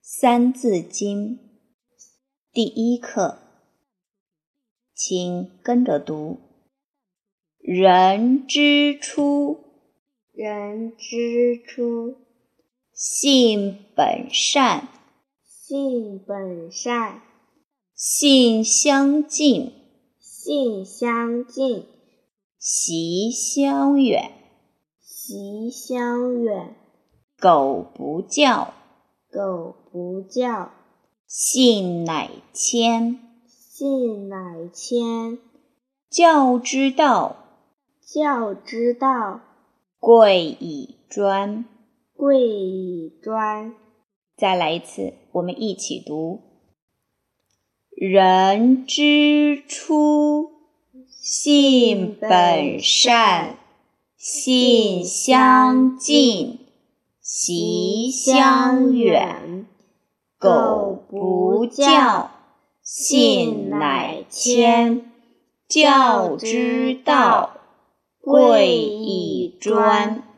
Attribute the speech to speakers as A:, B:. A: 三字经》第一课，请跟着读。人之初，
B: 人之初，
A: 性本善，
B: 性本善，
A: 性相近，
B: 性相近，
A: 习相远。
B: 习相远。
A: 苟不教，
B: 苟不教，
A: 性乃迁。
B: 性乃迁。
A: 教之道，
B: 教之道，
A: 贵以专。
B: 贵以专。
A: 再来一次，我们一起读。人之初，性本善，性相近，习相远。。苟不教，性乃迁。教之道，贵以专。